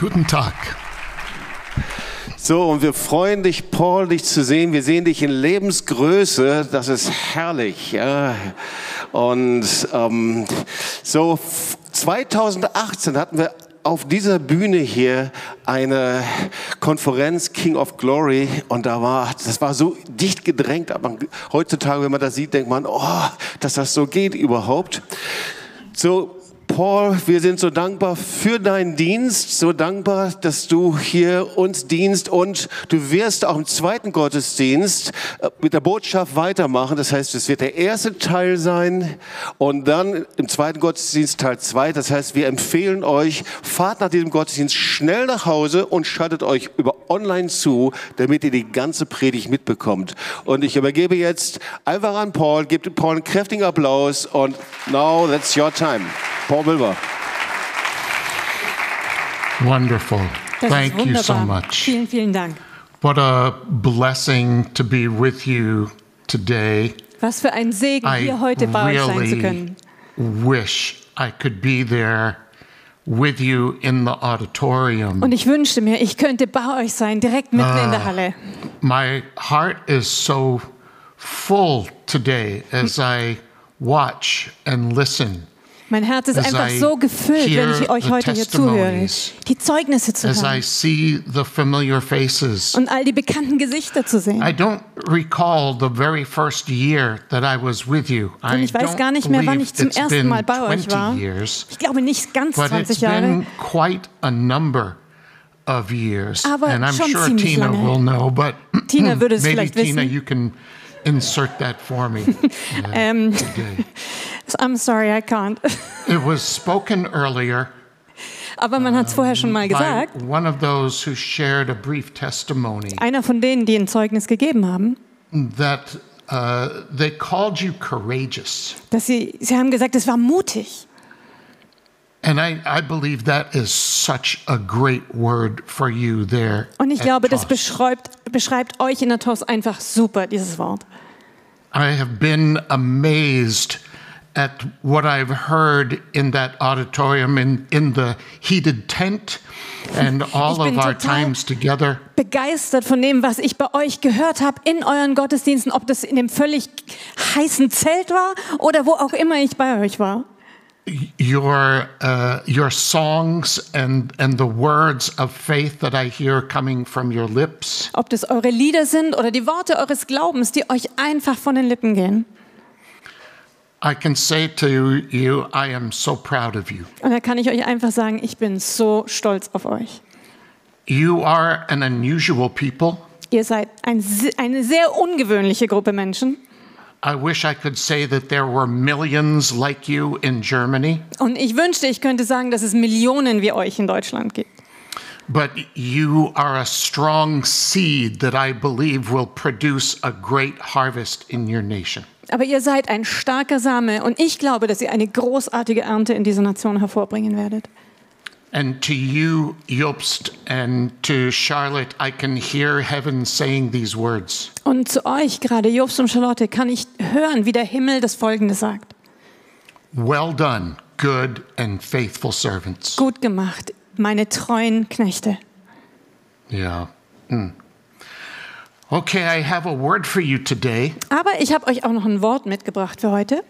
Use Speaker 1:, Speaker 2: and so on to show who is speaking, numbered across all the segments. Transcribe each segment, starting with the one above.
Speaker 1: Guten Tag.
Speaker 2: So, und wir freuen dich, Paul, dich zu sehen. Wir sehen dich in Lebensgröße. Das ist herrlich. Ja. Und ähm, so 2018 hatten wir auf dieser Bühne hier eine Konferenz King of Glory und da war, das war so dicht gedrängt, aber heutzutage, wenn man das sieht, denkt man, oh, dass das so geht überhaupt. So, Paul, wir sind so dankbar für deinen Dienst, so dankbar, dass du hier uns dienst und du wirst auch im zweiten Gottesdienst äh, mit der Botschaft weitermachen. Das heißt, es wird der erste Teil sein und dann im zweiten Gottesdienst Teil zwei. Das heißt, wir empfehlen euch, fahrt nach diesem Gottesdienst schnell nach Hause und schaltet euch über online zu, damit ihr die ganze Predigt mitbekommt. Und ich übergebe jetzt einfach an Paul, gebt Paul einen kräftigen Applaus und now that's your time. Paul Bilber.
Speaker 1: Wonderful.
Speaker 3: Das ist
Speaker 1: Thank you so
Speaker 3: wunderbar.
Speaker 1: much.
Speaker 3: Vielen, vielen Dank.
Speaker 1: What a blessing to be with you today.
Speaker 3: Was für ein Segen, hier
Speaker 1: I
Speaker 3: heute bei euch sein zu
Speaker 1: really
Speaker 3: können.
Speaker 1: wish I could be there with you in the auditorium.
Speaker 3: Und ich wünschte mir, ich könnte bei euch sein, direkt mitten in
Speaker 1: Ah,
Speaker 3: der Halle.
Speaker 1: My heart is so full today as I watch and listen,
Speaker 3: Mein Herz ist
Speaker 1: as
Speaker 3: einfach
Speaker 1: I
Speaker 3: so gefüllt, wenn ich
Speaker 1: hear
Speaker 3: euch
Speaker 1: the
Speaker 3: heute hier zuhöre.
Speaker 1: testimonies,
Speaker 3: Die Zeugnisse zu
Speaker 1: as I
Speaker 3: hören
Speaker 1: see the familiar faces.
Speaker 3: und all die bekannten Gesichter zu sehen.
Speaker 1: I don't recall the very first year that I was with you. I
Speaker 3: ich weiß
Speaker 1: don't
Speaker 3: gar nicht mehr, wann ich
Speaker 1: believe
Speaker 3: zum
Speaker 1: it's
Speaker 3: ersten
Speaker 1: been
Speaker 3: Mal bei euch
Speaker 1: 20
Speaker 3: war.
Speaker 1: Years,
Speaker 3: Ich glaube nicht ganz
Speaker 1: but it's
Speaker 3: 20 Jahre.
Speaker 1: been quite a number of years.
Speaker 3: Aber
Speaker 1: and I'm
Speaker 3: schon
Speaker 1: sure
Speaker 3: ziemlich
Speaker 1: Tina
Speaker 3: lange.
Speaker 1: will know, but
Speaker 3: Tina würde es
Speaker 1: hmm, maybe
Speaker 3: vielleicht
Speaker 1: Tina,
Speaker 3: wissen.
Speaker 1: you can insert that for me. Yeah,
Speaker 3: Ähm,
Speaker 1: today.
Speaker 3: I'm sorry, I can't.
Speaker 1: It was spoken earlier
Speaker 3: Aber man hat es vorher schon mal
Speaker 1: Um, by
Speaker 3: gesagt.
Speaker 1: one of those who shared a brief testimony
Speaker 3: Einer von denen, die ein Zeugnis gegeben haben,
Speaker 1: that uh, they called you courageous.
Speaker 3: dass sie, sie haben gesagt, es war mutig.
Speaker 1: And I, I believe that is such a great word for you there.
Speaker 3: Und ich
Speaker 1: at
Speaker 3: glaube, das
Speaker 1: Trost.
Speaker 3: beschreibt, beschreibt euch in der TOS einfach super, dieses Wort.
Speaker 1: I have been amazed at what I've heard in that auditorium, in, in the heated tent, and all
Speaker 3: bin
Speaker 1: of our
Speaker 3: total-
Speaker 1: times together.
Speaker 3: Begeistert von dem, was ich bei euch gehört habe in euren Gottesdiensten, ob das in dem völlig heißen Zelt war oder wo auch immer ich bei euch war.
Speaker 1: Your, uh, your songs and, and the words of faith that I hear coming from your lips.
Speaker 3: Ob das eure Lieder sind oder die Worte eures Glaubens, die euch einfach von den Lippen gehen.
Speaker 1: I can say to you, I am so proud of you.
Speaker 3: Und da kann ich euch einfach sagen, ich bin so stolz auf euch.
Speaker 1: You are an unusual people.
Speaker 3: Ihr seid ein, se- eine sehr ungewöhnliche Gruppe Menschen.
Speaker 1: I wish I could say that there were millions like you in Germany,
Speaker 3: Und ich wünschte, ich könnte sagen, dass es Millionen wie euch in Deutschland gibt.
Speaker 1: but you are a strong seed that I believe will produce a great harvest in your nation.
Speaker 3: Aber ihr seid ein starker Same und ich glaube, dass ihr eine großartige Ernte in dieser Nation hervorbringen werdet.
Speaker 1: And to you, Jobst, and to Charlotte, I can hear heaven saying these words
Speaker 3: Und zu euch gerade, Jobst und Charlotte, kann ich hören, wie der Himmel das Folgende sagt.
Speaker 1: Well done, good and faithful servants.
Speaker 3: Gut gemacht, meine treuen Knechte.
Speaker 1: Yeah. Mm. Okay, I have a word for you today.
Speaker 3: Aber ich habe euch auch noch ein Wort mitgebracht für heute,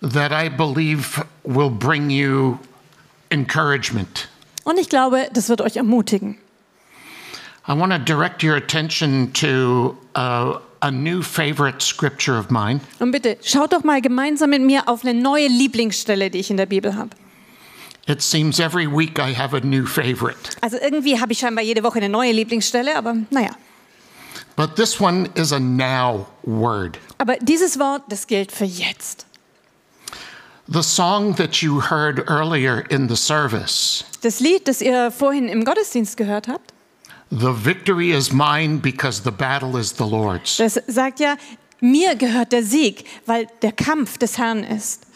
Speaker 1: that I believe will bring you encouragement.
Speaker 3: und ich glaube, das wird euch ermutigen.
Speaker 1: I want to direct your attention to uh, a new favorite scripture of mine.
Speaker 3: Und bitte, schaut doch mal gemeinsam mit mir auf eine neue Lieblingsstelle, die ich in der Bibel habe.
Speaker 1: It seems every week I have a new favorite,
Speaker 3: Also irgendwie habe ich scheinbar jede Woche eine neue Lieblingsstelle, aber naja.
Speaker 1: but this one is a now word.
Speaker 3: Aber dieses Wort, das gilt für jetzt.
Speaker 1: The song that you heard earlier in the service,
Speaker 3: Das Lied, das ihr vorhin im Gottesdienst gehört habt,
Speaker 1: The Victory is Mine because the Battle is the Lord's.
Speaker 3: das sagt ja, mir gehört der Sieg, weil der Kampf des Herrn ist.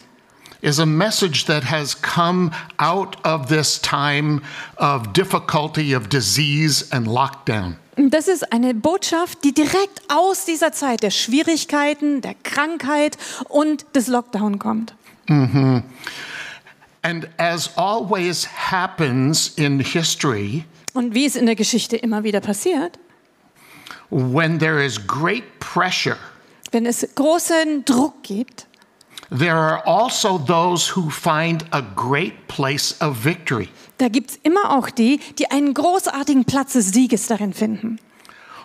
Speaker 1: is a message that has come out of this time of difficulty, of disease, and lockdown.
Speaker 3: Und das ist eine Botschaft, die direkt aus dieser Zeit der Schwierigkeiten, der Krankheit und des Lockdown kommt.
Speaker 1: Mm-hmm. And as always happens in history,
Speaker 3: Und wie es in der Geschichte immer wieder passiert,
Speaker 1: when there is great pressure,
Speaker 3: wenn es großen Druck gibt,
Speaker 1: there are also those who find a great place of victory.
Speaker 3: da gibt es immer auch die, die einen großartigen Platz des Sieges darin finden.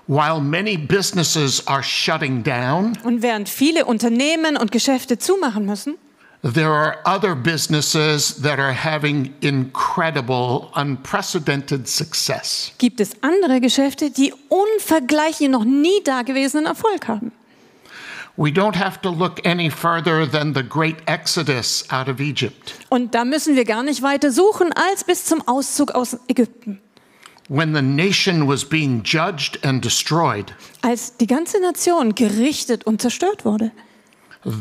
Speaker 1: While many businesses are shutting down,
Speaker 3: Und während viele Unternehmen und Geschäfte zumachen müssen,
Speaker 1: there are other businesses that are having incredible, unprecedented success.
Speaker 3: gibt es andere Geschäfte, die unvergleichlich noch nie dagewesenen Erfolg haben.
Speaker 1: We don't have to look any further than the great exodus out of Egypt.
Speaker 3: Und da müssen wir gar nicht weiter suchen als bis zum Auszug aus Ägypten.
Speaker 1: When the nation was being judged and destroyed,
Speaker 3: Als die ganze Nation gerichtet und zerstört wurde,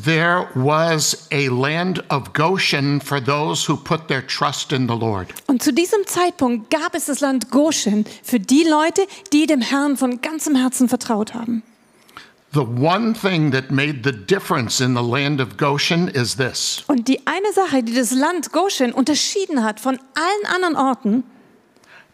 Speaker 1: there was a land of Goshen for those who put their trust in the Lord.
Speaker 3: Und zu diesem Zeitpunkt gab es das Land Goshen für die Leute, die dem Herrn von ganzem Herzen vertraut haben.
Speaker 1: The one thing that made the difference in the land of Goshen is this
Speaker 3: Und die eine Sache, die das Land Goshen unterschieden hat von allen anderen Orten,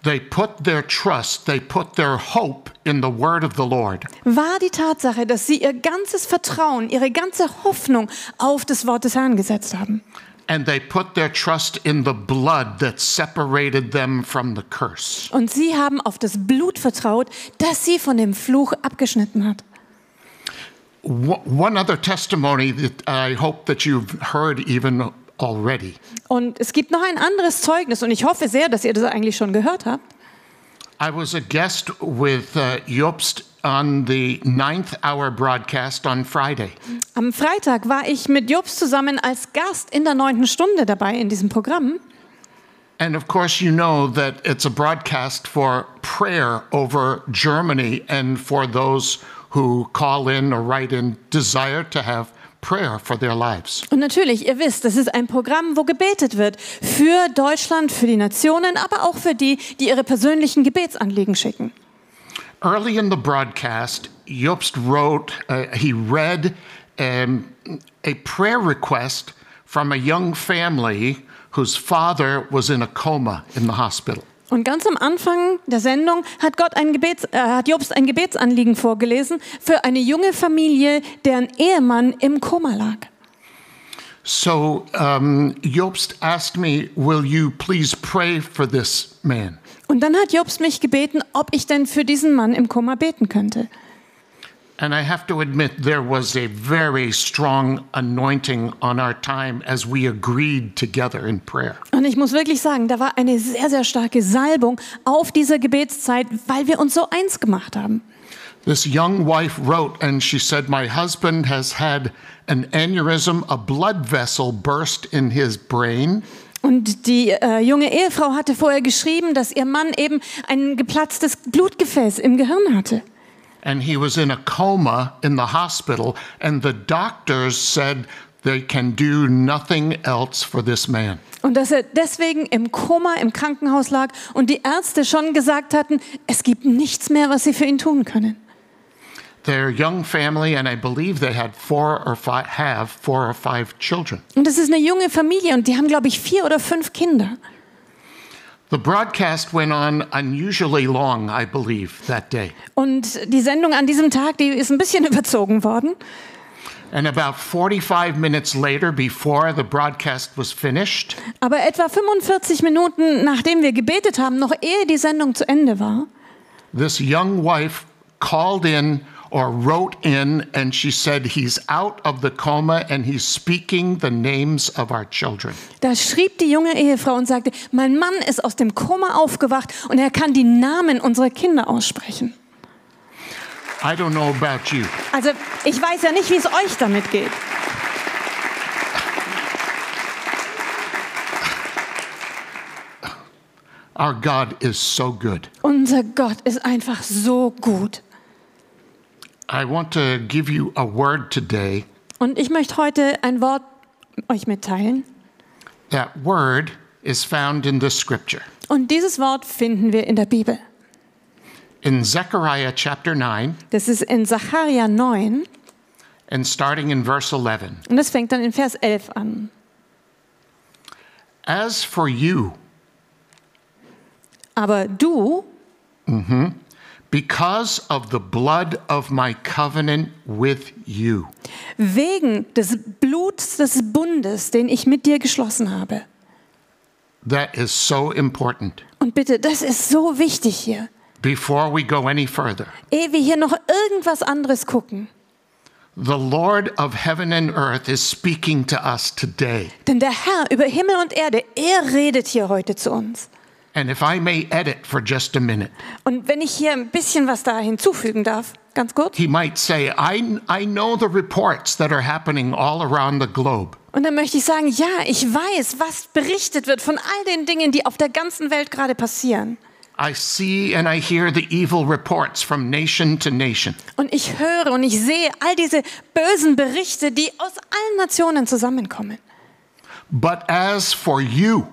Speaker 1: they put their trust, they put their hope in the word of the Lord.
Speaker 3: war die Tatsache, dass sie ihr ganzes Vertrauen, ihre ganze Hoffnung auf das Wort des Herrn gesetzt haben.
Speaker 1: And they put their trust in the blood that separated them from the curse.
Speaker 3: Und sie haben auf das Blut vertraut, das sie von dem Fluch abgeschnitten hat.
Speaker 1: Wh- One other testimony that I hope that you've heard even already.
Speaker 3: Und es gibt noch ein anderes Zeugnis, und ich hoffe sehr, dass ihr das eigentlich schon gehört habt.
Speaker 1: I was a guest with uh, Jobst on the ninth hour broadcast on Friday.
Speaker 3: Am Freitag war ich mit Jobs zusammen als Gast in der neunten Stunde dabei in diesem Programm.
Speaker 1: And of course, you know that it's a broadcast for prayer over Germany and for those who call in or write in desire to have prayer for their lives.
Speaker 3: Und natürlich, ihr wisst, das ist ein Programm, wo gebetet wird. Für Deutschland, für die Nationen, aber auch für die, die ihre persönlichen Gebetsanliegen schicken.
Speaker 1: Early in the broadcast, Jobst wrote, uh, he read um, a prayer request from a young family whose father was in a coma in the hospital.
Speaker 3: Und ganz am Anfang der Sendung hat Gott ein Gebets, äh, hat Jobst ein Gebetsanliegen vorgelesen für eine junge Familie, deren Ehemann im Koma lag.
Speaker 1: So um, Jobst asked me, Will you please pray for this man?
Speaker 3: Und dann hat Jobst mich gebeten, ob ich denn für diesen Mann im Koma beten könnte.
Speaker 1: And I have to admit, there was a very strong anointing on our time as we agreed together in prayer.
Speaker 3: Und ich muss wirklich sagen, da war eine sehr, sehr starke Salbung auf dieser Gebetszeit, weil wir uns so eins gemacht haben.
Speaker 1: This young wife wrote and she said, My husband has had an aneurysm, a blood vessel burst in his brain,
Speaker 3: Und die äh, junge Ehefrau hatte vorher geschrieben, dass ihr Mann eben ein geplatztes Blutgefäß im Gehirn hatte.
Speaker 1: and he was in a coma in the hospital. And the doctors said they can do nothing else for this man.
Speaker 3: Und dass er deswegen im Koma im Krankenhaus lag und die Ärzte schon gesagt hatten, es gibt nichts mehr, was sie für ihn tun können.
Speaker 1: Their young family, and I believe they had four or five, have four or five children.
Speaker 3: Und es ist eine junge Familie und die haben, glaube ich, vier oder fünf Kinder.
Speaker 1: The broadcast went on unusually long, I believe, that day.
Speaker 3: Und die Sendung an diesem Tag, die ist ein bisschen überzogen worden.
Speaker 1: And about 45 minutes later, before the broadcast was finished,
Speaker 3: Aber etwa 45 Minuten nachdem wir gebetet haben, noch ehe die Sendung zu Ende war,
Speaker 1: this young wife called in or wrote in and she said, He's out of the coma and he's speaking the names of our children.
Speaker 3: da schrieb die junge Ehefrau und sagte, mein Mann ist aus dem Koma aufgewacht und er kann die Namen unserer Kinder aussprechen.
Speaker 1: I don't know about you,
Speaker 3: Also ich weiß ja nicht, wie es euch damit geht.
Speaker 1: our God is so good.
Speaker 3: Unser Gott ist einfach so gut.
Speaker 1: I want to give you a word today.
Speaker 3: Und ich möchte heute ein Wort euch mitteilen.
Speaker 1: That word is found in this scripture.
Speaker 3: Und dieses Wort finden wir in der Bibel.
Speaker 1: In Zechariah chapter 9,
Speaker 3: Das ist in Sacharja 9
Speaker 1: and starting in verse 11.
Speaker 3: und das fängt dann in Vers 11 an.
Speaker 1: As for you,
Speaker 3: Aber du,
Speaker 1: because of the blood of my covenant with you.
Speaker 3: wegen des Bluts des Bundes, den ich mit dir geschlossen habe.
Speaker 1: That is so important.
Speaker 3: Und bitte, das ist so wichtig hier.
Speaker 1: Before we go any further,
Speaker 3: Ehe wir hier noch irgendwas anderes gucken.
Speaker 1: the Lord of heaven and earth is speaking to us today.
Speaker 3: Denn der Herr über Himmel und Erde, er redet hier heute zu uns.
Speaker 1: And if I may edit for just a minute,
Speaker 3: Und wenn ich hier ein bisschen was da hinzufügen darf, ganz kurz.
Speaker 1: he might say, I, I know the reports that are happening all around the globe.
Speaker 3: Und dann möchte ich sagen, ja, ich weiß, was berichtet wird von all den Dingen, die auf der ganzen Welt gerade passieren.
Speaker 1: I see and I hear the evil reports from nation to nation.
Speaker 3: Und ich höre und ich sehe all diese bösen Berichte, die aus allen Nationen zusammenkommen.
Speaker 1: But as for you,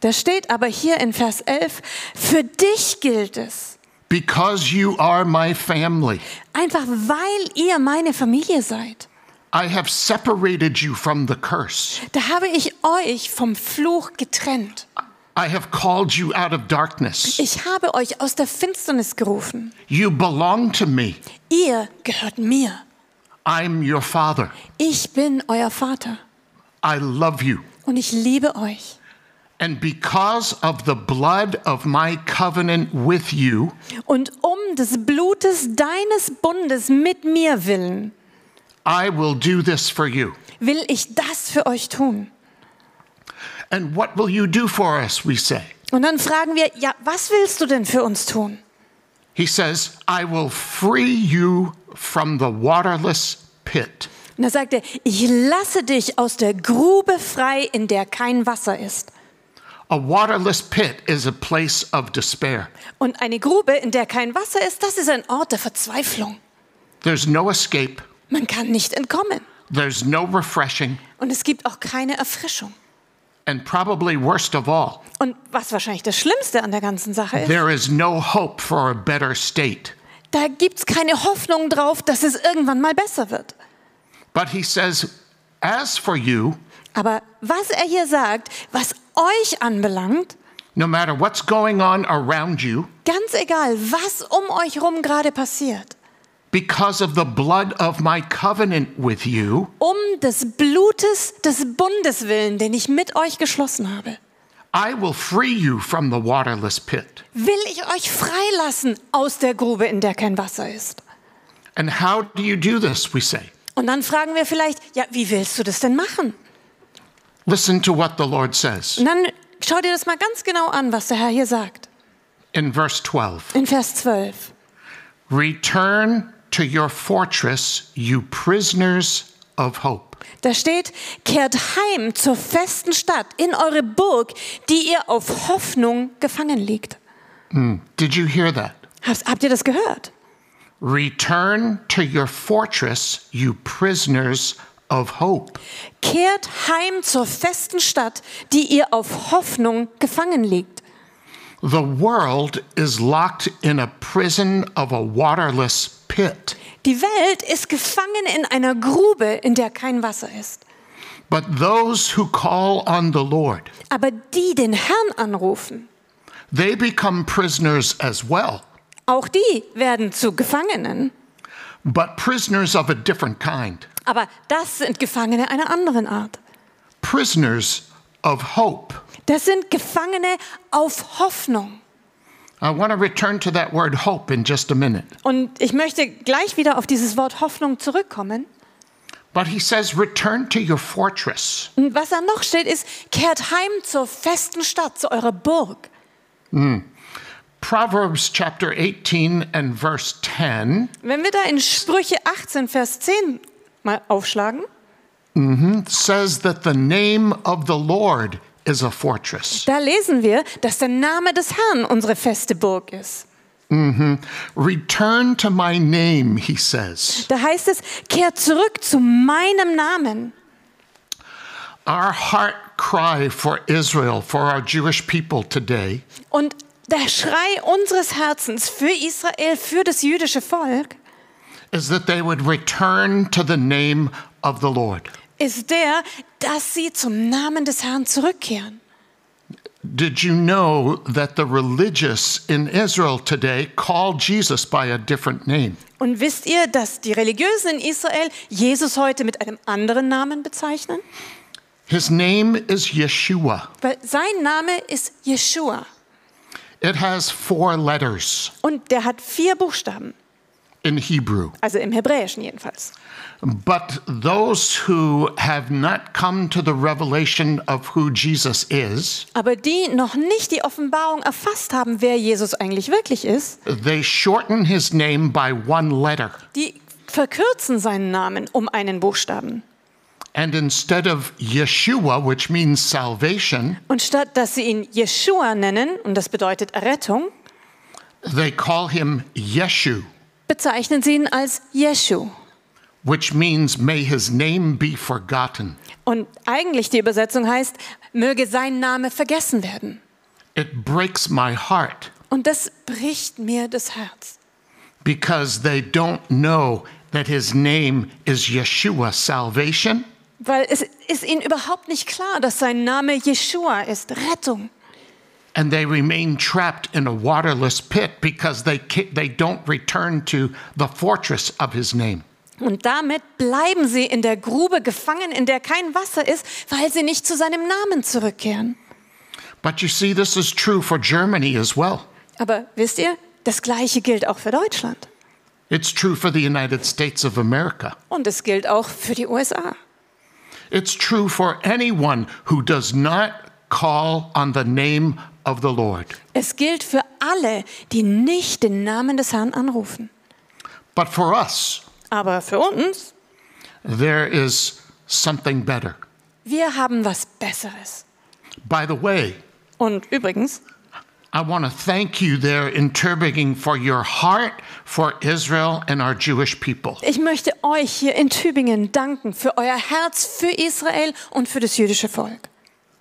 Speaker 3: Da steht aber hier in Vers 11, für dich gilt es,
Speaker 1: because you are my family,
Speaker 3: einfach weil ihr meine Familie seid.
Speaker 1: I have separated you from the curse.
Speaker 3: Da habe ich euch vom Fluch getrennt.
Speaker 1: I have called you out of darkness.
Speaker 3: Ich habe euch aus der Finsternis gerufen.
Speaker 1: You belong to me.
Speaker 3: Ihr gehört mir.
Speaker 1: I'm your father.
Speaker 3: Ich bin euer Vater
Speaker 1: I love you.
Speaker 3: und ich liebe euch.
Speaker 1: And because of the blood of my covenant with you,
Speaker 3: Und um des Blutes deines Bundes mit mir willen,
Speaker 1: I will do this for you.
Speaker 3: will ich das für euch tun.
Speaker 1: And what will you do for us? We say.
Speaker 3: Und dann fragen wir, ja, was willst du denn für uns tun?
Speaker 1: He says, I will free you from the waterless pit.
Speaker 3: Und da sagt er, ich lasse dich aus der Grube frei, in der kein Wasser ist.
Speaker 1: A waterless pit is a place of despair.
Speaker 3: Und eine Grube, in der kein Wasser ist, das ist ein Ort der Verzweiflung.
Speaker 1: There's no escape,
Speaker 3: Man kann nicht entkommen.
Speaker 1: there's no refreshing,
Speaker 3: Und es gibt auch keine Erfrischung.
Speaker 1: and probably worst of all,
Speaker 3: Und was wahrscheinlich das Schlimmste an der ganzen Sache ist,
Speaker 1: there is no hope for a better state.
Speaker 3: da gibt es keine Hoffnung drauf, dass es irgendwann mal besser wird.
Speaker 1: But he says, As for you,
Speaker 3: Aber was er hier sagt, was euch anbelangt,
Speaker 1: no matter what's going on around you,
Speaker 3: ganz egal, was um euch rum gerade passiert,
Speaker 1: because of the blood of my covenant with you,
Speaker 3: um des Blutes des Bundes willen, den ich mit euch geschlossen habe,
Speaker 1: I will free you from the waterless pit.
Speaker 3: will ich euch freilassen aus der Grube, in der kein Wasser ist.
Speaker 1: And how do you do this? We say.
Speaker 3: Und dann fragen wir vielleicht, ja, wie willst du das denn machen?
Speaker 1: Listen to what the Lord says
Speaker 3: Und dann schau dir das mal ganz genau an, was der Herr hier sagt.
Speaker 1: in verse 12
Speaker 3: In Vers 12.
Speaker 1: Return to your fortress, you prisoners of hope.
Speaker 3: Da steht, kehrt heim zur festen Stadt, in eure Burg, die ihr auf Hoffnung gefangen liegt.
Speaker 1: Did you hear that?
Speaker 3: Habt, habt ihr das gehört?
Speaker 1: Return to your fortress, you prisoners of hope.
Speaker 3: Kehrt heim zur festen Stadt, die ihr auf Hoffnung gefangen liegt.
Speaker 1: The world is locked in a prison of a waterless pit,
Speaker 3: Die Welt ist gefangen in einer Grube, in der kein Wasser ist.
Speaker 1: but those who call on the Lord,
Speaker 3: Aber die den Herrn anrufen,
Speaker 1: they become prisoners as well,
Speaker 3: auch die werden zu Gefangenen.
Speaker 1: but prisoners of a different kind.
Speaker 3: Aber das sind Gefangene einer anderen Art.
Speaker 1: Prisoners of hope.
Speaker 3: Das sind Gefangene auf Hoffnung.
Speaker 1: I want to return to that word hope in just a minute.
Speaker 3: Und ich möchte gleich wieder auf dieses Wort Hoffnung zurückkommen.
Speaker 1: But he says, return to your fortress.
Speaker 3: Und was da noch steht, ist, kehrt heim zur festen Stadt, zu eurer Burg.
Speaker 1: Proverbs chapter 18 and verse 10
Speaker 3: Wenn wir da in Sprüche 18, Vers 10 mal aufschlagen,
Speaker 1: says that the name of the Lord is a fortress.
Speaker 3: da lesen wir, dass der Name des Herrn unsere feste Burg ist.
Speaker 1: Return to my name, he says.
Speaker 3: Da heißt es, kehrt zurück zu meinem Namen.
Speaker 1: Our heart cry for Israel, for our Jewish people today,
Speaker 3: Und der Schrei unseres Herzens für Israel, für das jüdische Volk,
Speaker 1: is that they would return to the name of the Lord.
Speaker 3: ist der, dass sie zum Namen des Herrn zurückkehren.
Speaker 1: Did you know that the religious in Israel today call Jesus by a different name?
Speaker 3: Und wisst ihr, dass die Religiösen in Israel Jesus heute mit einem anderen Namen bezeichnen?
Speaker 1: His name is Yeshua.
Speaker 3: Weil sein Name ist Yeshua
Speaker 1: It has four letters
Speaker 3: und der hat vier Buchstaben,
Speaker 1: in Hebrew.
Speaker 3: also im Hebräischen jedenfalls.
Speaker 1: But those who have not come to the revelation of who Jesus is,
Speaker 3: Aber die noch nicht die Offenbarung erfasst haben, wer Jesus eigentlich wirklich ist,
Speaker 1: they shorten his name by one letter.
Speaker 3: die verkürzen seinen Namen um einen Buchstaben.
Speaker 1: And instead of Yeshua, which means salvation,
Speaker 3: Und statt dass sie ihn Yeshua nennen, und das bedeutet Errettung,
Speaker 1: they call him Yeshu,
Speaker 3: bezeichnen sie ihn als Yeshu.
Speaker 1: which means may his name be forgotten.
Speaker 3: Und eigentlich die Übersetzung heißt, möge sein Name vergessen werden.
Speaker 1: It breaks my heart
Speaker 3: Und das bricht mir das Herz,
Speaker 1: because they don't know that his name is Yeshua, salvation,
Speaker 3: weil es ist ihnen überhaupt nicht klar, dass sein Name Yeshua ist, Rettung.
Speaker 1: and they remain trapped in a waterless pit because they, ca- they don't return to the fortress of his name.
Speaker 3: Und damit bleiben sie in der Grube gefangen, in der kein Wasser ist, weil sie nicht zu seinem Namen zurückkehren.
Speaker 1: But you see, this is true for Germany as well.
Speaker 3: Aber wisst ihr, das Gleiche gilt auch für Deutschland.
Speaker 1: It's true for the United States of America.
Speaker 3: Und es gilt auch für die USA.
Speaker 1: It's true for anyone who does not call on the name of the Lord.
Speaker 3: Es gilt für alle, die nicht den Namen des Herrn anrufen.
Speaker 1: But for us,
Speaker 3: Aber für uns,
Speaker 1: there is something better.
Speaker 3: wir haben was Besseres.
Speaker 1: By the way,
Speaker 3: Und übrigens,
Speaker 1: I want to thank you there in Tübingen for your heart for Israel and our Jewish people.
Speaker 3: ich möchte euch hier in Tübingen danken für euer Herz für Israel und für das jüdische Volk.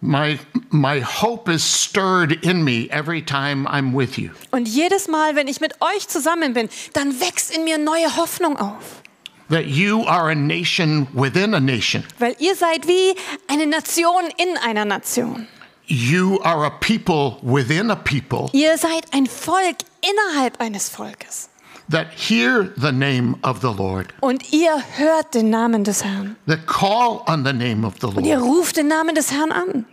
Speaker 1: My, my hope is stirred in me every time I'm with you.
Speaker 3: Und jedes Mal, wenn ich mit euch zusammen bin, dann wächst in mir neue Hoffnung auf.
Speaker 1: That you are a nation within a nation.
Speaker 3: Weil ihr seid wie eine Nation in einer Nation.
Speaker 1: You are a people within a people
Speaker 3: Ihr seid ein Volk innerhalb eines Volkes.
Speaker 1: that hear the name of the Lord,
Speaker 3: Und ihr hört den Namen des Herrn.
Speaker 1: that call on the name of the
Speaker 3: Und ihr
Speaker 1: Lord,
Speaker 3: ruft den Namen des Herrn an.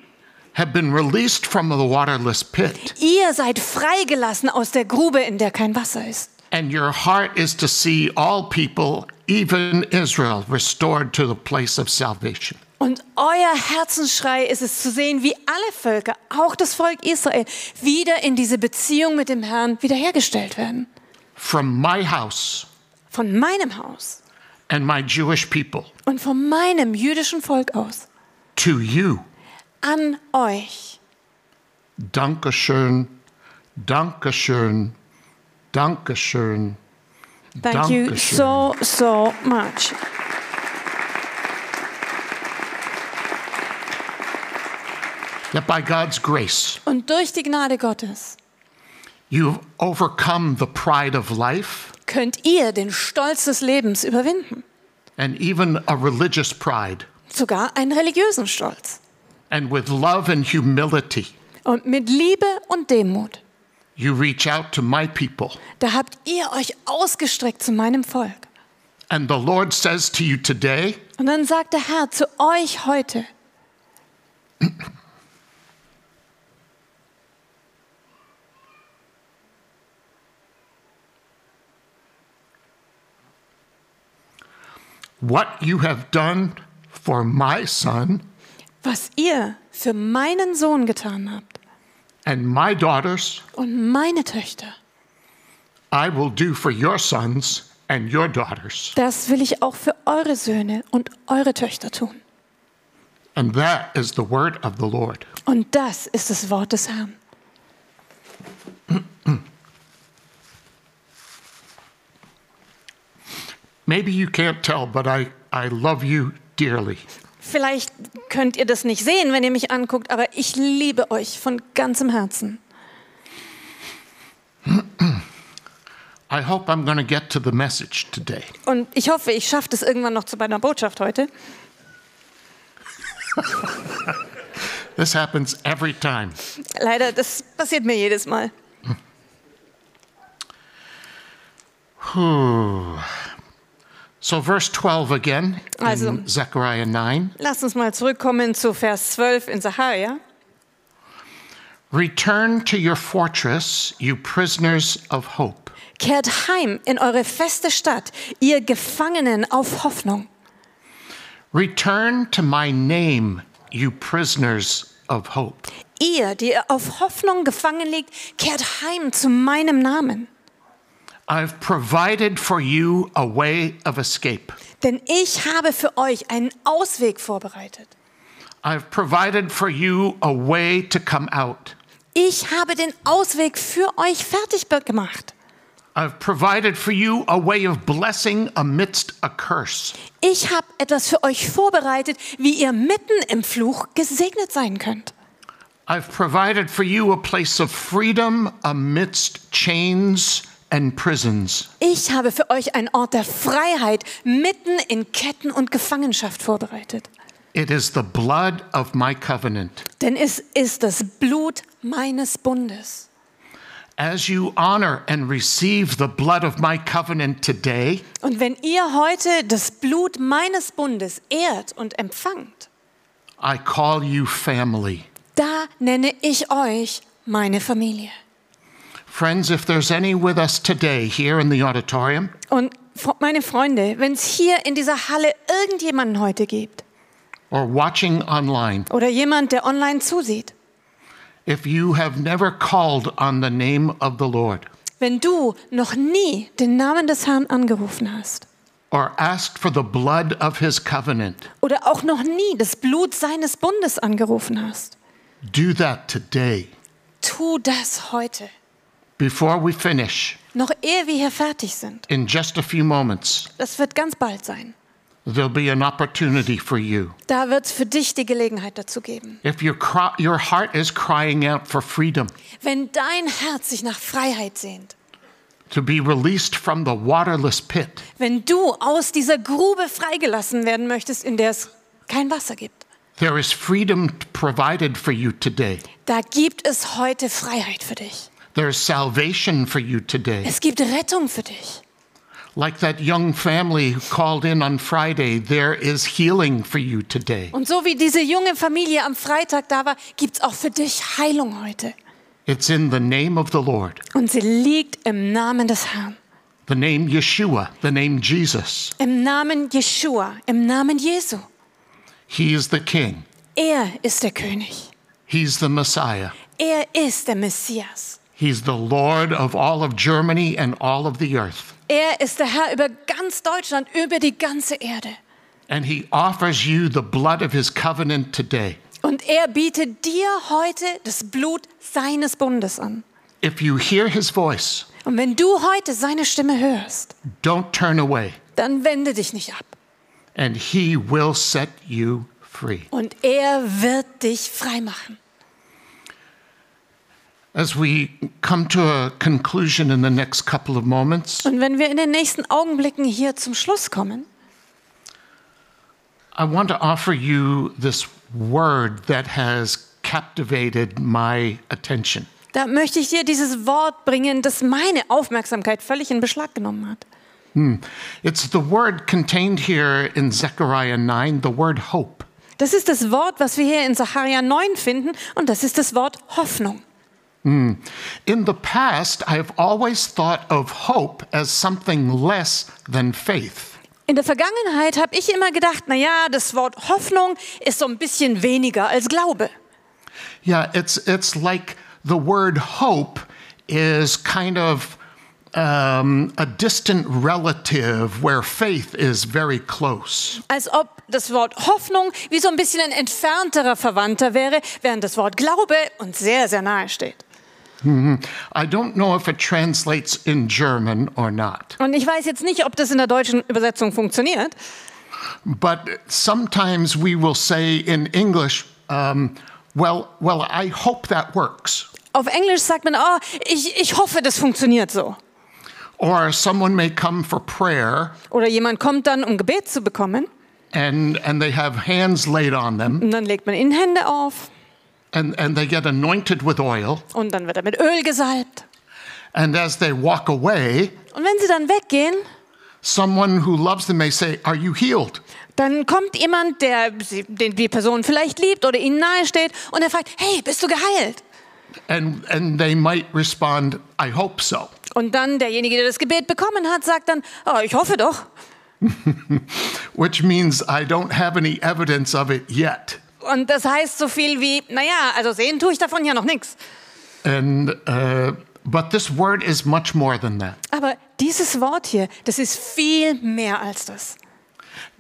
Speaker 1: have been released from the waterless pit,
Speaker 3: Ihr seid freigelassen aus der Grube, in der kein Wasser ist.
Speaker 1: and your heart is to see all people, even Israel, restored to the place of salvation.
Speaker 3: Und euer Herzensschrei ist es zu sehen, wie alle Völker, auch das Volk Israel, wieder in diese Beziehung mit dem Herrn wiederhergestellt werden.
Speaker 1: From my house
Speaker 3: Von meinem Haus
Speaker 1: and my Jewish people
Speaker 3: und von meinem jüdischen Volk aus.
Speaker 1: to you.
Speaker 3: An euch.
Speaker 1: Dankeschön, Dankeschön, Dankeschön.
Speaker 3: Thank you
Speaker 1: Dankeschön.
Speaker 3: so, so much.
Speaker 1: That by God's grace,
Speaker 3: Und durch die Gnade Gottes
Speaker 1: You've overcome the pride of life
Speaker 3: könnt ihr den Stolz des Lebens überwinden.
Speaker 1: and even a religious pride,
Speaker 3: Sogar einen religiösen Stolz.
Speaker 1: and with love and humility,
Speaker 3: Und mit Liebe und Demut,
Speaker 1: you reach out to my people.
Speaker 3: da habt ihr euch ausgestreckt zu meinem Volk.
Speaker 1: And the Lord says to you today,
Speaker 3: Und dann sagt der Herr zu euch heute,
Speaker 1: What you have done for my son
Speaker 3: was ihr für meinen Sohn getan habt
Speaker 1: and my daughters,
Speaker 3: und meine Töchter,
Speaker 1: I will do for your sons and your daughters.
Speaker 3: das will ich auch für eure Söhne und eure Töchter tun.
Speaker 1: And that is the word of the Lord.
Speaker 3: Und das ist das Wort des Herrn.
Speaker 1: Maybe you can't tell, but I, I love you dearly.
Speaker 3: Vielleicht könnt ihr das nicht sehen, wenn ihr mich anguckt, aber ich liebe euch von ganzem Herzen.
Speaker 1: I hope I'm going to get to the message today.
Speaker 3: Und ich hoffe, ich schaffe das irgendwann noch zu meiner Botschaft heute.
Speaker 1: This happens every time.
Speaker 3: Leider, das passiert mir jedes Mal.
Speaker 1: So, verse 12 again in
Speaker 3: Also-
Speaker 1: Zechariah 9
Speaker 3: Lass uns mal zurückkommen zu Vers 12 in Sacharja.
Speaker 1: Return to your fortress, you prisoners of hope.
Speaker 3: Kehrt heim in eure feste Stadt, ihr Gefangenen auf Hoffnung.
Speaker 1: Return to my name, you prisoners of hope.
Speaker 3: Ihr, die ihr auf Hoffnung gefangen liegt, kehrt heim zu meinem Namen.
Speaker 1: I've provided for you a way of escape.
Speaker 3: Denn ich habe für euch einen Ausweg vorbereitet.
Speaker 1: I've provided for you a way to come out.
Speaker 3: Ich habe den Ausweg für euch fertig be- gemacht.
Speaker 1: I've provided for you a way of blessing amidst a curse.
Speaker 3: Ich habe etwas für euch vorbereitet, wie ihr mitten im Fluch gesegnet sein könnt.
Speaker 1: I've provided for you a place of freedom amidst chains and prisons.
Speaker 3: Ich habe für euch einen Ort der Freiheit mitten in Ketten und Gefangenschaft vorbereitet.
Speaker 1: It is the blood of my covenant.
Speaker 3: Denn es ist das Blut meines Bundes.
Speaker 1: As you honor and receive the blood of my covenant today,
Speaker 3: Und wenn ihr heute das Blut meines Bundes ehrt und empfangt,
Speaker 1: I call you family.
Speaker 3: da nenne ich euch meine Familie.
Speaker 1: Friends, if there's any with us today here in the auditorium
Speaker 3: Und fr- meine Freunde, wenn es hier in dieser Halle irgendjemanden heute gibt
Speaker 1: or watching online,
Speaker 3: oder jemand, der online zusieht,
Speaker 1: if you have never called on the name of the Lord
Speaker 3: wenn du noch nie den Namen des Herrn angerufen hast
Speaker 1: or asked for the blood of his covenant,
Speaker 3: oder auch noch nie das Blut seines Bundes angerufen hast,
Speaker 1: do that today.
Speaker 3: tu das heute,
Speaker 1: Before we finish,
Speaker 3: noch ehe wir hier fertig sind.
Speaker 1: in just a few moments,
Speaker 3: Das wird ganz bald sein.
Speaker 1: there'll be an opportunity for you.
Speaker 3: Da wird es für dich die Gelegenheit dazu geben.
Speaker 1: If your, cry, your heart is crying out for freedom,
Speaker 3: Wenn dein Herz sich nach Freiheit sehnt,
Speaker 1: to be released from the waterless pit,
Speaker 3: wenn du aus dieser Grube freigelassen werden möchtest, in der es kein Wasser gibt,
Speaker 1: there is freedom provided for you today.
Speaker 3: da gibt es heute Freiheit für dich.
Speaker 1: There is salvation for you today.
Speaker 3: Es gibt Rettung für dich.
Speaker 1: Like that young family who called in on Friday, there is healing for you today.
Speaker 3: Und so wie diese junge Familie am Freitag da war, gibt es auch für dich Heilung heute.
Speaker 1: It's in the name of the Lord,
Speaker 3: Und sie liegt im Namen des Herrn.
Speaker 1: the name Yeshua, the name Jesus.
Speaker 3: Im Namen Jeshua, im Namen Jesu.
Speaker 1: He is the King,
Speaker 3: Er ist der König.
Speaker 1: He's the Messiah.
Speaker 3: Er ist der Messias.
Speaker 1: He's the Lord of all of Germany and all of the earth.
Speaker 3: Er ist der Herr über ganz Deutschland, über die ganze Erde.
Speaker 1: And He offers you the blood of His covenant today.
Speaker 3: Und er bietet dir heute das Blut seines Bundes an.
Speaker 1: If you hear His voice,
Speaker 3: Und wenn du heute seine Stimme hörst,
Speaker 1: don't turn away,
Speaker 3: dann wende dich nicht ab.
Speaker 1: and He will set you free.
Speaker 3: Und er wird dich frei machen.
Speaker 1: As we come to a conclusion in the next couple of moments,
Speaker 3: Und wenn wir in den nächsten Augenblicken hier zum Schluss kommen,
Speaker 1: I want to offer you this word that has captivated my attention.
Speaker 3: da möchte ich dir dieses Wort bringen, das meine Aufmerksamkeit völlig in Beschlag genommen hat.
Speaker 1: It's the word contained here in Zechariah 9, the word hope.
Speaker 3: Das ist das Wort, was wir hier in Sacharja 9 finden, und das ist das Wort Hoffnung.
Speaker 1: In the past, I have always thought of hope as something less than faith.
Speaker 3: In der Vergangenheit habe ich immer gedacht, na ja, das Wort Hoffnung ist so ein bisschen weniger als Glaube.
Speaker 1: Yeah, it's it's like the word hope is kind of um, a distant relative where faith is very close.
Speaker 3: Als ob das Wort Hoffnung wie so ein bisschen ein entfernterer Verwandter wäre, während das Wort Glaube uns sehr, sehr nahe steht.
Speaker 1: I don't know if it translates in German or not,
Speaker 3: Und ich weiß jetzt nicht, ob das in der deutschen Übersetzung funktioniert.
Speaker 1: but sometimes we will say in English, um, "Well, well, I hope that works."
Speaker 3: Auf Englisch sagt man, oh, ich, ich hoffe, das funktioniert so.
Speaker 1: Or someone may come for prayer
Speaker 3: Oder jemand kommt dann, um Gebet zu bekommen,
Speaker 1: and and they have hands laid on them
Speaker 3: und dann legt man ihnen Hände auf.
Speaker 1: and, and they get anointed with oil.
Speaker 3: Und dann wird er mit Öl gesalbt.
Speaker 1: And as they walk away,
Speaker 3: Und wenn sie dann weggehen,
Speaker 1: someone who loves them may say, Are you healed?
Speaker 3: dann kommt jemand, der sie, den die Person vielleicht liebt oder ihnen nahesteht und er fragt, hey, bist du geheilt?
Speaker 1: And, and they might respond, I hope so.
Speaker 3: Und dann derjenige, der das Gebet bekommen hat, sagt dann, oh, ich hoffe doch.
Speaker 1: Which means I don't have any evidence of it yet.
Speaker 3: Und das heißt so viel wie, naja, also sehen tue ich davon ja noch nichts.
Speaker 1: And, uh, but this word is much more than that.
Speaker 3: Aber dieses Wort hier, das ist viel mehr als das.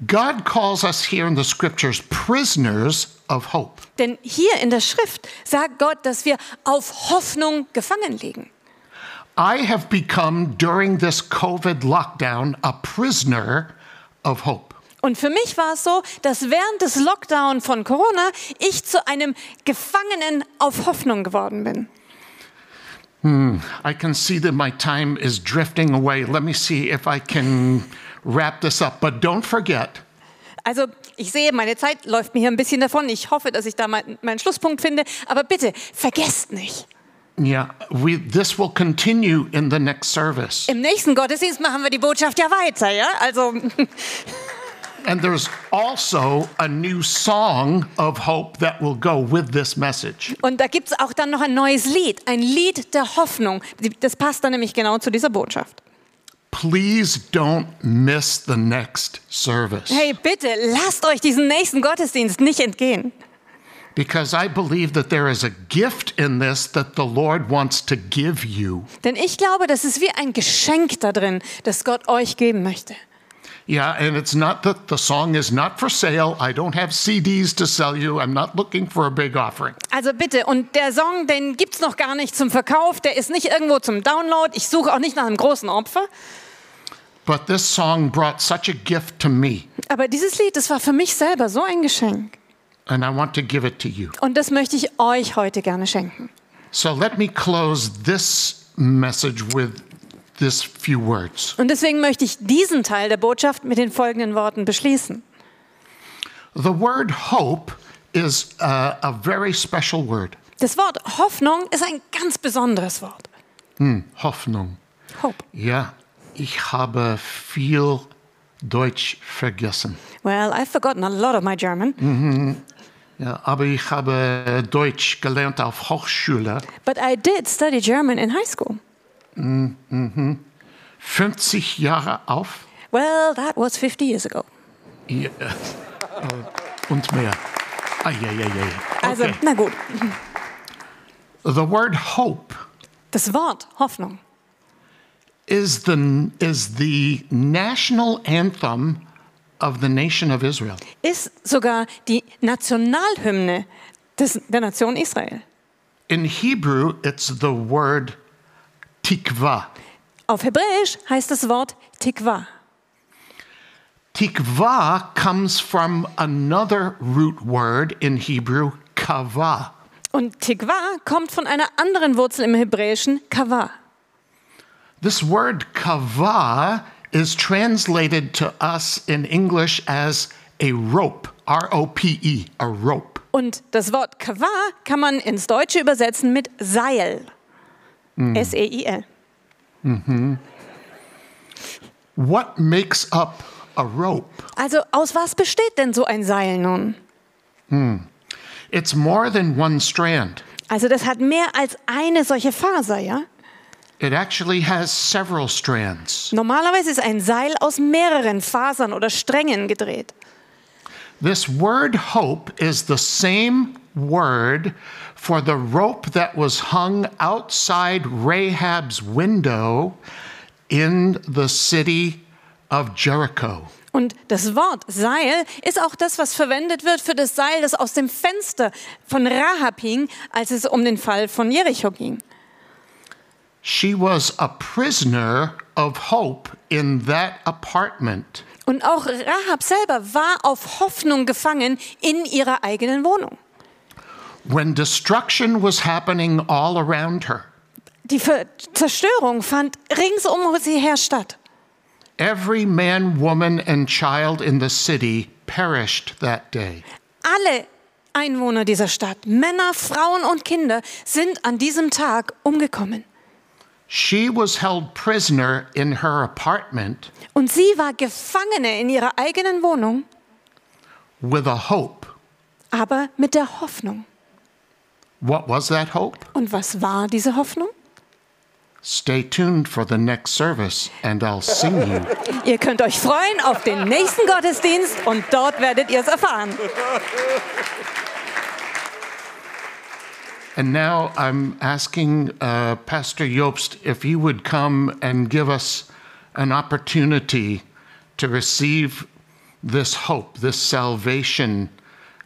Speaker 1: God calls us here in the scriptures prisoners of hope.
Speaker 3: Denn hier in der Schrift sagt Gott, dass wir auf Hoffnung gefangen liegen.
Speaker 1: I have become, during this COVID lockdown, a prisoner of hope.
Speaker 3: Und für mich war es so, dass während des Lockdown von Corona ich zu einem Gefangenen auf Hoffnung geworden bin.
Speaker 1: I can see that my time is drifting away. Let me see if I can wrap this up. But don't forget,
Speaker 3: Also ich sehe, meine Zeit läuft mir hier ein bisschen davon. Ich hoffe, dass ich da mein, meinen Schlusspunkt finde. Aber bitte, vergesst nicht.
Speaker 1: yeah, we, this will continue in the next service.
Speaker 3: Im nächsten Gottesdienst machen wir die Botschaft ja weiter, ja? Also
Speaker 1: And there's also a new song of hope that will go with this message.
Speaker 3: und da gibt es auch dann noch ein neues Lied, ein Lied der Hoffnung. Das passt dann nämlich genau zu dieser Botschaft.
Speaker 1: Please don't miss the next service
Speaker 3: Hey, bitte, lasst euch diesen nächsten Gottesdienst nicht entgehen.
Speaker 1: because I believe that there is a gift in this that the Lord wants to give you.
Speaker 3: Denn ich glaube, das ist wie ein Geschenk da drin, das Gott euch geben möchte.
Speaker 1: Yeah, and it's not that the song is not for sale. I don't have CDs to sell you. I'm not looking for a big offering.
Speaker 3: Also bitte, und der Song, den gibt's noch gar nicht zum Verkauf, der ist nicht irgendwo zum Download. Ich suche auch nicht nach einem großen Opfer.
Speaker 1: But this song brought such a gift to me,
Speaker 3: Aber dieses Lied, das war für mich selber so ein Geschenk.
Speaker 1: and I want to give it to you.
Speaker 3: Und das möchte ich euch heute gerne schenken.
Speaker 1: So let me close this message with this few words.
Speaker 3: Und deswegen möchte ich diesen Teil der Botschaft mit den folgenden Worten beschließen.
Speaker 1: The word hope is a, a very special word.
Speaker 3: Das Wort Hoffnung ist ein ganz besonderes Wort.
Speaker 1: Hoffnung.
Speaker 3: Hope.
Speaker 1: Ja, ich habe viel Deutsch vergessen.
Speaker 3: Well, I've forgotten a lot of my German,
Speaker 1: Ja, aber ich habe Deutsch gelernt auf Hochschule.
Speaker 3: but I did study German in high school.
Speaker 1: 50 Jahre auf
Speaker 3: Well, that was 50 years ago.
Speaker 1: ja, äh, und mehr. Ah, ja, ja, ja, ja.
Speaker 3: Also,
Speaker 1: Okay.
Speaker 3: na gut.
Speaker 1: The word hope
Speaker 3: Das Wort Hoffnung
Speaker 1: is the, is the national anthem of the nation of Israel.
Speaker 3: ist sogar die Nationalhymne des, der Nation Israel.
Speaker 1: In Hebrew, it's the word tikva.
Speaker 3: Auf Hebräisch heißt das Wort Tikva.
Speaker 1: Tikva comes from another root word in Hebrew, kava.
Speaker 3: Und Tikva kommt von einer anderen Wurzel im Hebräischen, Kava.
Speaker 1: This word kava is translated to us in English as a rope, R O P E, a rope.
Speaker 3: Und das Wort Kava kann man ins Deutsche übersetzen mit Seil. E S-E-I-L.
Speaker 1: What makes up a rope?
Speaker 3: Also aus was besteht denn so ein Seil nun?
Speaker 1: It's more than one strand,
Speaker 3: Also das hat mehr als eine solche Faser, ja?
Speaker 1: it actually has several strands.
Speaker 3: Normalerweise ist ein Seil aus mehreren Fasern oder Strängen gedreht.
Speaker 1: This word hope is the same word for the rope that was hung outside Rahab's window in the city of Jericho.
Speaker 3: Und das Wort Seil ist auch das, was verwendet wird für das Seil, das aus dem Fenster von Rahab hing, als es um den Fall von Jericho ging.
Speaker 1: She was a prisoner of hope in that apartment.
Speaker 3: Und auch Rahab selber war auf Hoffnung gefangen in ihrer eigenen Wohnung.
Speaker 1: When destruction was happening all around her,
Speaker 3: Die Ver Zerstörung fand ringsum um sie her statt.
Speaker 1: every man, woman, and child in the city perished that day.
Speaker 3: Alle Einwohner dieser Stadt, Männer, Frauen und Kinder, sind an diesem Tag umgekommen.
Speaker 1: She was held prisoner in her apartment
Speaker 3: Und sie war Gefangene in ihrer eigenen Wohnung,
Speaker 1: with a hope.
Speaker 3: aber mit der Hoffnung.
Speaker 1: What was that hope?
Speaker 3: Und was war diese Hoffnung?
Speaker 1: Stay tuned for the next service and I'll sing you.
Speaker 3: Ihr könnt euch freuen auf den nächsten Gottesdienst und dort werdet ihr es erfahren.
Speaker 1: And now I'm asking uh, Pastor Jobst if he would come and give us an opportunity to receive this hope, this salvation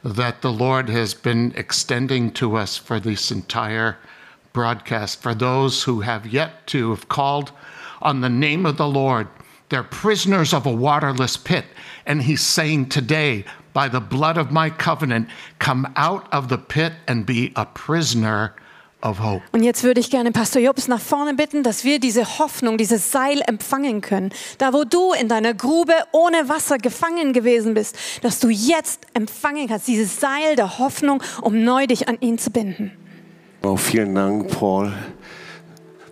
Speaker 1: that the Lord has been extending to us for this entire broadcast. For those who have yet to have called on the name of the Lord, they're prisoners of a waterless pit. And he's saying today, by the blood of my covenant, come out of the pit and be a prisoner of hope.
Speaker 3: Und jetzt würde ich gerne Pastor Jobs nach vorne bitten, dass wir diese Hoffnung, dieses Seil empfangen können. Da, wo du in deiner Grube ohne Wasser gefangen gewesen bist, dass du jetzt empfangen kannst, dieses Seil der Hoffnung, um neu dich an ihn zu binden.
Speaker 2: Oh, vielen Dank, Paul,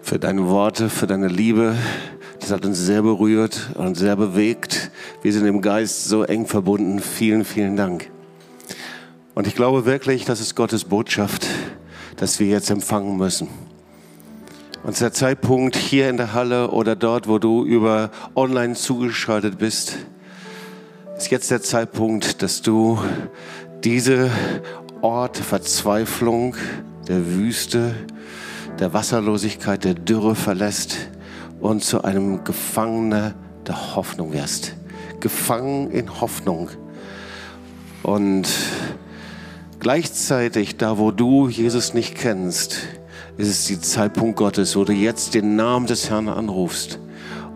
Speaker 2: für deine Worte, für deine Liebe. Das hat uns sehr berührt und sehr bewegt. Wir sind im Geist so eng verbunden. Vielen, vielen Dank. Und ich glaube wirklich, das ist Gottes Botschaft, dass wir jetzt empfangen müssen. Und der Zeitpunkt hier in der Halle oder dort, wo du über online zugeschaltet bist, ist jetzt der Zeitpunkt, dass du diese Ort der Verzweiflung, der Wüste, der Wasserlosigkeit, der Dürre verlässt und zu einem Gefangener der Hoffnung wirst. Gefangen in Hoffnung. Und gleichzeitig, da wo du Jesus nicht kennst, ist es die Zeitpunkt Gottes, wo du jetzt den Namen des Herrn anrufst.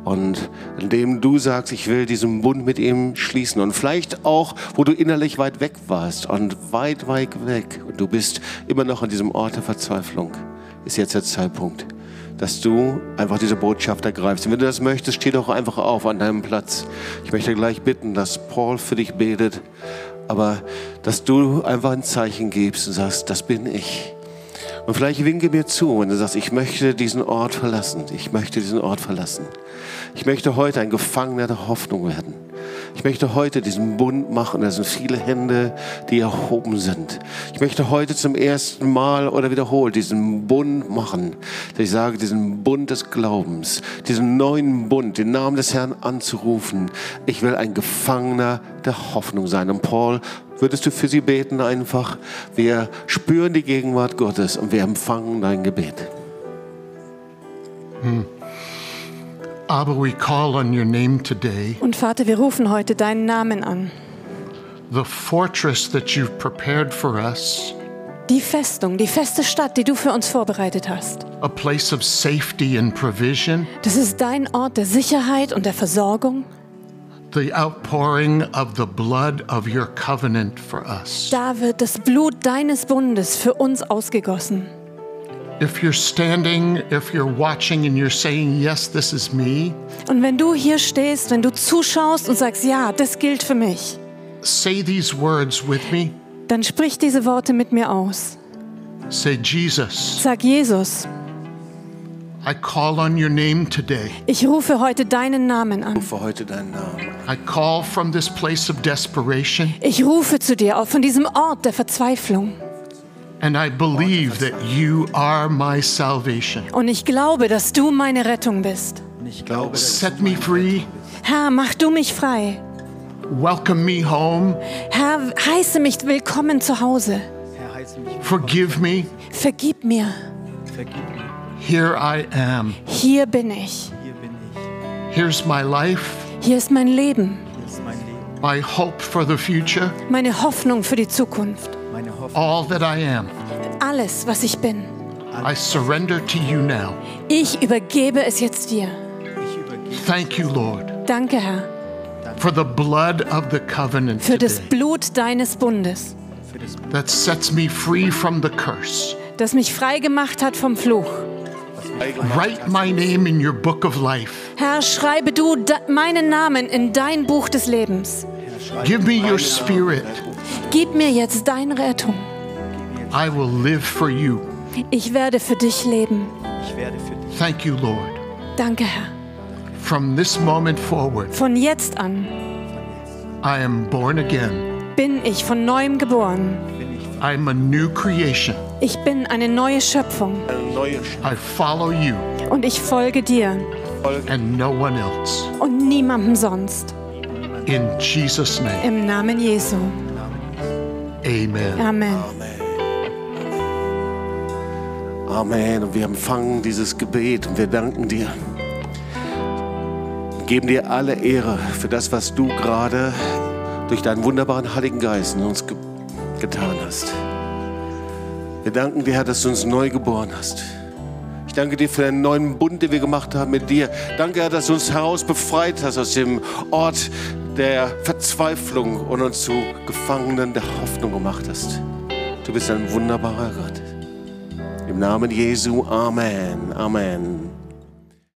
Speaker 2: Und indem du sagst, ich will diesen Bund mit ihm schließen. Und vielleicht auch, wo du innerlich weit weg warst und weit, weit weg. Und du bist immer noch an diesem Ort der Verzweiflung. Ist jetzt der Zeitpunkt, dass du einfach diese Botschaft ergreifst. Und wenn du das möchtest, steh doch einfach auf an deinem Platz. Ich möchte gleich bitten, dass Paul für dich betet. Aber dass du einfach ein Zeichen gibst und sagst, das bin ich. Und vielleicht winke mir zu, wenn du sagst, ich möchte diesen Ort verlassen. Ich möchte diesen Ort verlassen. Ich möchte heute ein Gefangener der Hoffnung werden. Ich möchte heute diesen Bund machen. Da sind viele Hände, die erhoben sind. Ich möchte heute zum ersten Mal oder wiederholt diesen Bund machen. Dass ich sage, diesen Bund des Glaubens, diesen neuen Bund, den Namen des Herrn anzurufen. Ich will ein Gefangener der Hoffnung sein. Und Paul, würdest du für sie beten einfach? Wir spüren die Gegenwart Gottes und wir empfangen dein Gebet.
Speaker 1: Abba, we call on your name today,
Speaker 3: Und Vater, wir rufen heute deinen Namen an.
Speaker 1: the fortress that you've prepared for us,
Speaker 3: Die Festung, die feste Stadt, die du für uns vorbereitet hast.
Speaker 1: a place of safety and provision,
Speaker 3: Das ist dein Ort der Sicherheit und der Versorgung.
Speaker 1: the outpouring of the blood of your covenant for us.
Speaker 3: Da wird das Blut deines Bundes für uns ausgegossen.
Speaker 1: If you're standing, if you're watching and you're saying, Yes, this is me,
Speaker 3: Und wenn du hier stehst, wenn du zuschaust und sagst, ja, das gilt für mich,
Speaker 1: say these words with me.
Speaker 3: dann sprich diese Worte mit mir aus.
Speaker 1: Say, Jesus,
Speaker 3: Sag Jesus,
Speaker 1: I call on your name today.
Speaker 3: ich rufe heute deinen Namen an.
Speaker 2: Für heute deinen Namen.
Speaker 1: I call from this place of desperation,
Speaker 3: Ich rufe zu dir auch von diesem Ort der Verzweiflung.
Speaker 1: and I believe that you are my salvation.
Speaker 3: Und ich glaube, dass du meine Rettung bist.
Speaker 4: Ich glaube,
Speaker 1: Set me free,
Speaker 3: Herr, mach du mich frei.
Speaker 1: welcome me home,
Speaker 3: Herr, heiße mich willkommen zu Hause.
Speaker 4: Herr, heiße mich
Speaker 1: forgive me.
Speaker 3: Vergib mir.
Speaker 4: vergib mir.
Speaker 1: Here I am.
Speaker 3: Hier bin ich.
Speaker 4: Hier bin ich.
Speaker 1: Here's my life,
Speaker 3: Hier ist mein Leben,
Speaker 4: Hier ist mein Leben,
Speaker 1: my hope for the future,
Speaker 3: meine Hoffnung für die Zukunft.
Speaker 4: meine Hoffnung.
Speaker 1: all that I am.
Speaker 3: Alles, was ich bin.
Speaker 1: I surrender to you now.
Speaker 3: Ich übergebe es jetzt dir.
Speaker 4: Ich übergebe
Speaker 1: Thank you, Lord,
Speaker 3: Danke, Herr.
Speaker 1: for the blood of the covenant
Speaker 3: für das
Speaker 1: today
Speaker 3: Blut deines Bundes,
Speaker 4: für das Blut,
Speaker 1: that sets me free from the curse.
Speaker 3: das mich frei gemacht hat vom Fluch.
Speaker 1: Write my name in your book of life.
Speaker 3: Herr, schreibe du da meinen Namen in dein Buch des Lebens.
Speaker 4: Herr, schreibe
Speaker 1: Give me your spirit.
Speaker 3: Gib mir jetzt deine Rettung.
Speaker 1: I will live for you.
Speaker 3: Ich werde für dich leben.
Speaker 4: Ich werde für dich.
Speaker 1: Thank you, Lord.
Speaker 3: Danke, Herr.
Speaker 1: From this moment forward,
Speaker 3: Von jetzt an
Speaker 1: I am born again.
Speaker 3: bin ich von neuem geboren.
Speaker 1: I'm a new creation.
Speaker 3: Ich bin eine neue Schöpfung
Speaker 4: Eine neue Sch-
Speaker 1: I follow you
Speaker 3: und ich folge dir
Speaker 1: and no one else.
Speaker 3: und niemandem sonst.
Speaker 1: In Jesus' name,
Speaker 3: Im Namen Jesu.
Speaker 1: amen.
Speaker 3: Amen.
Speaker 2: Amen. Und wir empfangen dieses Gebet und wir danken dir. Geben dir alle Ehre für das, was du gerade durch deinen wunderbaren Heiligen Geist in uns ge getan hast. Wir danken dir, Herr, dass du uns neu geboren hast. Ich danke dir für den neuen Bund, den wir gemacht haben mit dir. Danke, Herr, dass du uns heraus befreit hast aus dem Ort der Verzweiflung und uns zu Gefangenen der Hoffnung gemacht hast. Du bist ein wunderbarer Gott. Im Namen Jesu, Amen, Amen.